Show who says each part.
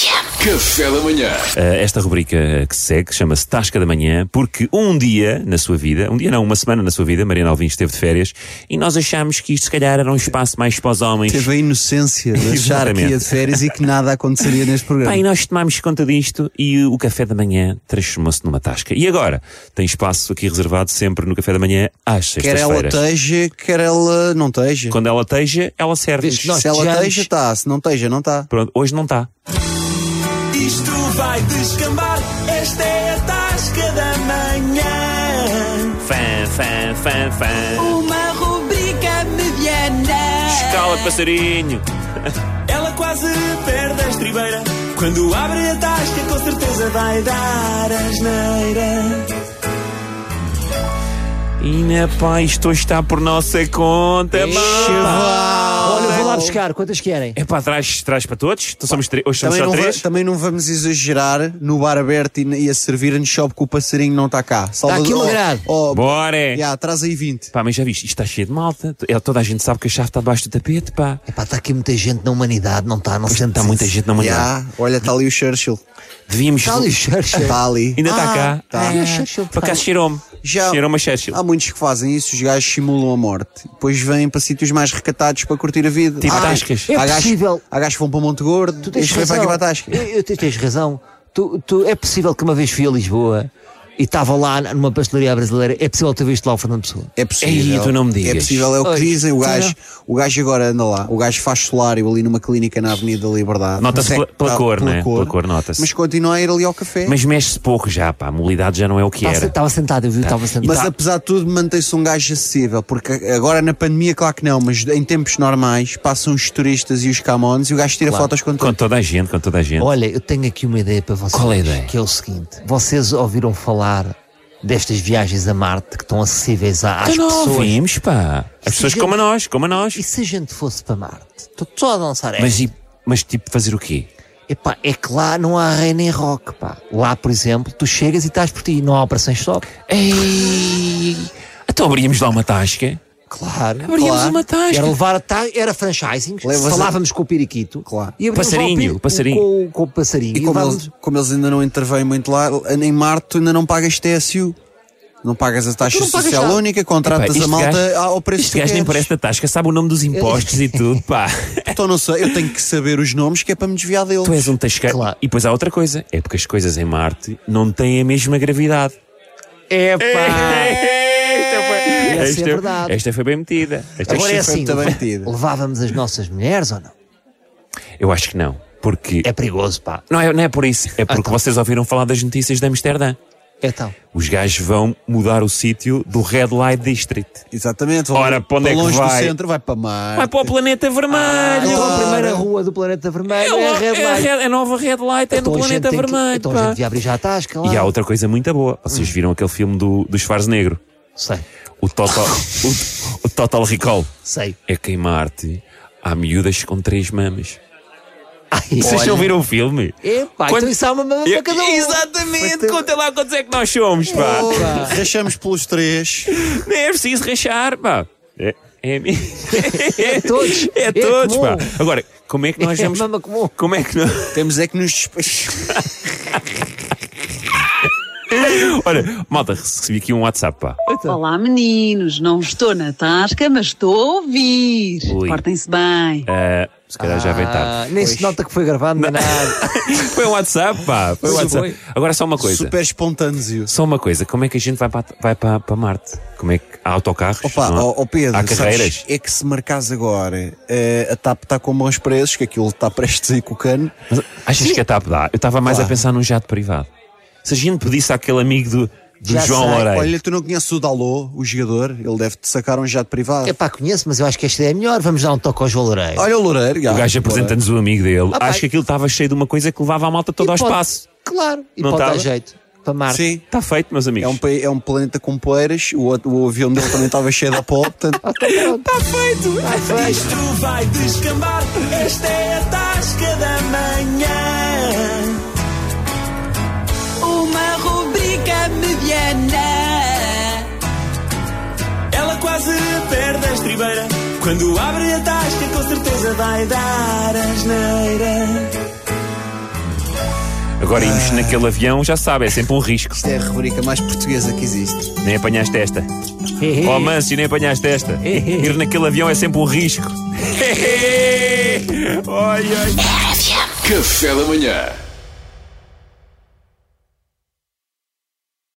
Speaker 1: Café da manhã.
Speaker 2: Uh, esta rubrica que segue chama-se Tasca da Manhã, porque um dia na sua vida, um dia não, uma semana na sua vida, Mariana Alvim esteve de férias e nós achámos que isto se calhar era um espaço mais para os homens.
Speaker 3: Teve a inocência de achar que
Speaker 2: Exatamente.
Speaker 3: ia de férias e que nada aconteceria neste programa.
Speaker 2: Bem, nós tomámos conta disto e o café da manhã transformou-se numa tasca. E agora? Tem espaço aqui reservado sempre no café da manhã às
Speaker 3: quer ela
Speaker 2: sextas-feiras.
Speaker 3: esteja, quer ela não esteja.
Speaker 2: Quando ela teja, ela serve.
Speaker 3: Se ela esteja, está. Se não esteja, não tá. está.
Speaker 2: Pronto, hoje não está.
Speaker 4: Isto vai descambar. Esta é a tasca da manhã.
Speaker 2: Fã, fã, fã, fã.
Speaker 5: Uma rubrica mediana.
Speaker 2: Escala, passarinho.
Speaker 4: Ela quase perde a estribeira. Quando abre a tasca, com certeza vai dar asneira.
Speaker 2: E na pá, isto hoje está por nossa conta, malta.
Speaker 6: Olha, vou lá buscar, quantas querem?
Speaker 2: É pá, traz, traz para todos? Então somos três. Hoje somos
Speaker 3: Também
Speaker 2: só
Speaker 3: não, va-
Speaker 2: três?
Speaker 3: também não vamos exagerar no bar aberto e, e a servir a shop que o passarinho não está cá. Salvador-
Speaker 6: Tá aqui uma grade.
Speaker 3: Oh, oh,
Speaker 2: Bora!
Speaker 3: yeah, traz aí 20.
Speaker 2: Pá, mas já viste, isto está cheio de malta. É, Toda a gente sabe que a chave está debaixo do tapete, pá.
Speaker 6: Epá, está aqui muita gente na humanidade, não está? Não se
Speaker 3: tá
Speaker 2: Está muita gente na manhã.
Speaker 3: Yeah, olha,
Speaker 6: tá
Speaker 3: está ali o Churchill.
Speaker 2: Devíamos.
Speaker 3: Tá
Speaker 6: Está Tá ali o Churchill.
Speaker 3: Está ali.
Speaker 2: Ainda está cá.
Speaker 6: Ah,
Speaker 3: Tá.
Speaker 6: é o Churchill.
Speaker 2: Por acaso cheirou-me.
Speaker 3: Já-
Speaker 2: Cheirou-me a Churchill.
Speaker 3: Há muitos que fazem isso, os gajos simulam a morte. Depois vêm para sítios mais recatados para curtir a vida.
Speaker 2: Tipo tascas.
Speaker 6: É
Speaker 3: há gajos-
Speaker 6: possível.
Speaker 3: Há gajos que vão para Monte Gordo,
Speaker 6: Tu tens
Speaker 3: este vem para
Speaker 6: razão.
Speaker 3: aqui para a tasca.
Speaker 6: Eu, eu- tu tens razão. Tu, tu- é possível que uma vez fui a Lisboa e estava lá numa pastelaria brasileira. É possível que tu viste lá o Fernando Pessoa.
Speaker 3: É possível.
Speaker 2: Ei, tu não me digas.
Speaker 3: É possível, é o que
Speaker 6: Oi,
Speaker 3: dizem. O
Speaker 6: tu
Speaker 3: gajo, o gajo agora anda lá. O gajo faz solário ali numa clínica na Avenida da Liberdade.
Speaker 2: Nota-se
Speaker 3: Mas é-
Speaker 2: pela- pela
Speaker 3: tá-
Speaker 2: cor, né? Pela cor, nota-se.
Speaker 3: Mas continua a ir ali ao café. Mas,
Speaker 2: Mas mexe-se pouco já, pá. A mobilidade já não é o que
Speaker 6: Estava se-
Speaker 2: era.
Speaker 6: Estava sentado, eu vi, estava sentado.
Speaker 2: tá-
Speaker 3: apesar de tudo, mantém-se um gajo acessível. Porque agora na pandemia, claro que não, mas em tempos normais, passam os turistas e os camões e o gajo tira fotos com
Speaker 2: Com
Speaker 3: tudo.
Speaker 2: toda a gente, com toda a gente.
Speaker 6: Olha, eu tenho aqui uma ideia para vocês.
Speaker 2: Qual é a ideia?
Speaker 6: Que é o seguinte: vocês ouviram falar destas viagens a Marte que estão acessíveis a- às
Speaker 2: Então não
Speaker 6: pessoas?
Speaker 2: ouvimos, pá. As pessoas
Speaker 6: gente-
Speaker 2: como a nós, como a
Speaker 6: E
Speaker 2: nós.
Speaker 6: se a gente fosse para Marte? Estou só a dançar esta.
Speaker 2: Mas, e- mas tipo, fazer o quê?
Speaker 6: Epá, é que lá não há rei nem rock, pá. Lá, por exemplo, tu chegas e estás por ti, não há operações stop.
Speaker 2: Ei! Então abríamos lá uma tasca.
Speaker 6: Claro.
Speaker 2: Abríamos
Speaker 6: claro.
Speaker 2: uma tasca.
Speaker 6: Era levar a ta... era franchising,
Speaker 3: Leva-se-
Speaker 6: falávamos com o Piriquito.
Speaker 3: Claro.
Speaker 6: E abríamos
Speaker 2: Passarinho,
Speaker 6: lá o pir-
Speaker 2: passarinho.
Speaker 6: Com, o- com o passarinho.
Speaker 3: E como
Speaker 6: levávamos-
Speaker 3: eles, como eles ainda não intervêm muito lá, em Marte tu ainda não pagas TSU. Não pagas a taxa
Speaker 6: Tu não pagas
Speaker 3: social
Speaker 6: nada.
Speaker 3: única,
Speaker 2: Pá,
Speaker 3: contratas a
Speaker 2: este
Speaker 3: malta
Speaker 2: gajo-
Speaker 3: ao preço
Speaker 2: Este
Speaker 3: que tu
Speaker 2: gajo nem
Speaker 3: queres.
Speaker 2: parece da tasca, sabe o nome dos impostos e tudo, pá.
Speaker 3: Então não sei, eu tenho que saber os nomes que é para me desviar deles.
Speaker 2: Tu és um tasqueiro.
Speaker 6: Claro.
Speaker 2: E depois há outra coisa, é porque as coisas em Marte não têm a mesma gravidade.
Speaker 6: Epá.
Speaker 2: Esta
Speaker 6: Essa é
Speaker 2: esta-
Speaker 6: verdade.
Speaker 2: Esta foi bem metida. Esta-
Speaker 6: Agora é
Speaker 3: Esta foi
Speaker 6: assim,
Speaker 3: muito bem metida.
Speaker 6: levávamos as nossas mulheres ou não?
Speaker 2: Eu acho que não, porque...
Speaker 6: É perigoso, pá.
Speaker 2: Não, é, não é por isso, é porque
Speaker 6: então.
Speaker 2: vocês ouviram falar das notícias de Amsterdã.
Speaker 6: Então,
Speaker 2: Os gajos vão mudar o sítio do Red Light District.
Speaker 3: Exatamente. vão
Speaker 2: Ora, para onde é que
Speaker 3: longe
Speaker 2: vai?
Speaker 3: do centro, vai para
Speaker 6: Ah,
Speaker 3: Marte.
Speaker 2: Vai para o
Speaker 6: tá.
Speaker 2: planeta vermelho.
Speaker 6: então a
Speaker 3: claro.
Speaker 6: primeira rua do planeta
Speaker 2: É,
Speaker 6: vermelho é, a
Speaker 2: lá-
Speaker 6: Red
Speaker 2: é a
Speaker 6: Light.
Speaker 2: Red- é a nova Red Light, é
Speaker 6: Então a
Speaker 2: no
Speaker 6: gente
Speaker 2: planeta
Speaker 6: tem que-
Speaker 2: vermelho.
Speaker 6: Então a
Speaker 2: pá.
Speaker 6: gente devia abrir já a tasca lá.
Speaker 2: E há outra coisa muito boa. Vocês viram aquele filme do, do Schwarzenegger?
Speaker 6: Sei,
Speaker 2: O Total, o, o Total Recall.
Speaker 6: sei.
Speaker 2: É que em Marte há miúdas com três mamas.
Speaker 6: Ai,
Speaker 2: Vocês já
Speaker 6: olha.
Speaker 2: ouviram o filme?
Speaker 6: Epá,
Speaker 2: Quando- É,
Speaker 6: então isso há uma mama para cada um. Oh.
Speaker 2: Exatamente, conta lá quantos é que nós somos, pá.
Speaker 3: Pá, Rachamos pelos três.
Speaker 2: Nem é preciso rachar, pá. É, é, é
Speaker 6: todos.
Speaker 2: É
Speaker 6: É
Speaker 2: todos, pá.
Speaker 6: comum.
Speaker 2: Agora, como é que nós
Speaker 6: É
Speaker 2: vamos.
Speaker 6: mama comum.
Speaker 2: Como é que nós.
Speaker 3: Temos é que nos despachar.
Speaker 2: Olha, malta, recebi aqui um WhatsApp, pá.
Speaker 7: Olá meninos, não estou na tasca, mas estou a ouvir.
Speaker 2: Ui.
Speaker 7: Portem-se bem.
Speaker 2: Ah, se calhar já vem tarde.
Speaker 6: Ah, nem se nota que foi gravado, nem nada.
Speaker 2: Foi um WhatsApp, pá. Foi um
Speaker 6: Mas
Speaker 2: WhatsApp. Agora só uma coisa.
Speaker 3: Super espontâneo.
Speaker 2: Só uma coisa, como é que a gente vai para, vai para, para Marte? Como é que há autocarros?
Speaker 3: Opa, oh,
Speaker 2: Não é? há-
Speaker 3: ó ó Pedro,
Speaker 2: Hum. há
Speaker 3: sabes,
Speaker 2: carreiras?
Speaker 3: é que se marcares agora, eh, a TAP está com bons preços, que aquilo está prestes a ir com o cano.
Speaker 2: Mas achas que a TAP dá? Eu estava mais
Speaker 3: Claro.
Speaker 2: a pensar num jato privado. Se a gente pedisse àquele amigo do, do
Speaker 6: Já
Speaker 2: João
Speaker 6: sei,
Speaker 2: Loureiro.
Speaker 3: Olha, tu não conheces o Dalô, o jogador, ele deve-te sacar um jato privado.
Speaker 6: Epá, conheço, mas eu acho que esta é a melhor. Vamos dar um toque aos Valoreiros.
Speaker 3: Olha o Loureiro,
Speaker 2: O gajo apresenta-nos o amigo dele.
Speaker 6: Ah, pá.
Speaker 2: Acho que aquilo estava cheio de uma coisa que levava a malta toda ao espaço.
Speaker 6: Claro. E
Speaker 2: Não
Speaker 6: pode
Speaker 2: estava?
Speaker 6: dar jeito. Para Marte.
Speaker 3: Sim.
Speaker 2: Está feito, meus
Speaker 3: É
Speaker 2: amigos.
Speaker 3: um, pa- é um planeta com poeiras, o, outro- o avião dele também estava cheio de pó, portanto,
Speaker 4: Isto vai descambar. Esta é a tasca da manhã.
Speaker 5: Uma rubrica mediana.
Speaker 4: Ela quase perde a estribeira. Quando abre a tasca, com certeza vai dar asneira.
Speaker 2: Agora,
Speaker 3: Ah.
Speaker 2: irmos naquele avião, já sabe, é sempre um risco.
Speaker 1: Isto é a rubrica mais portuguesa que existe.
Speaker 2: Nem apanhaste esta. Oh, Mancio, nem apanhaste esta. Ir naquele avião é sempre um risco. Oi, oi.
Speaker 8: Café da Manhã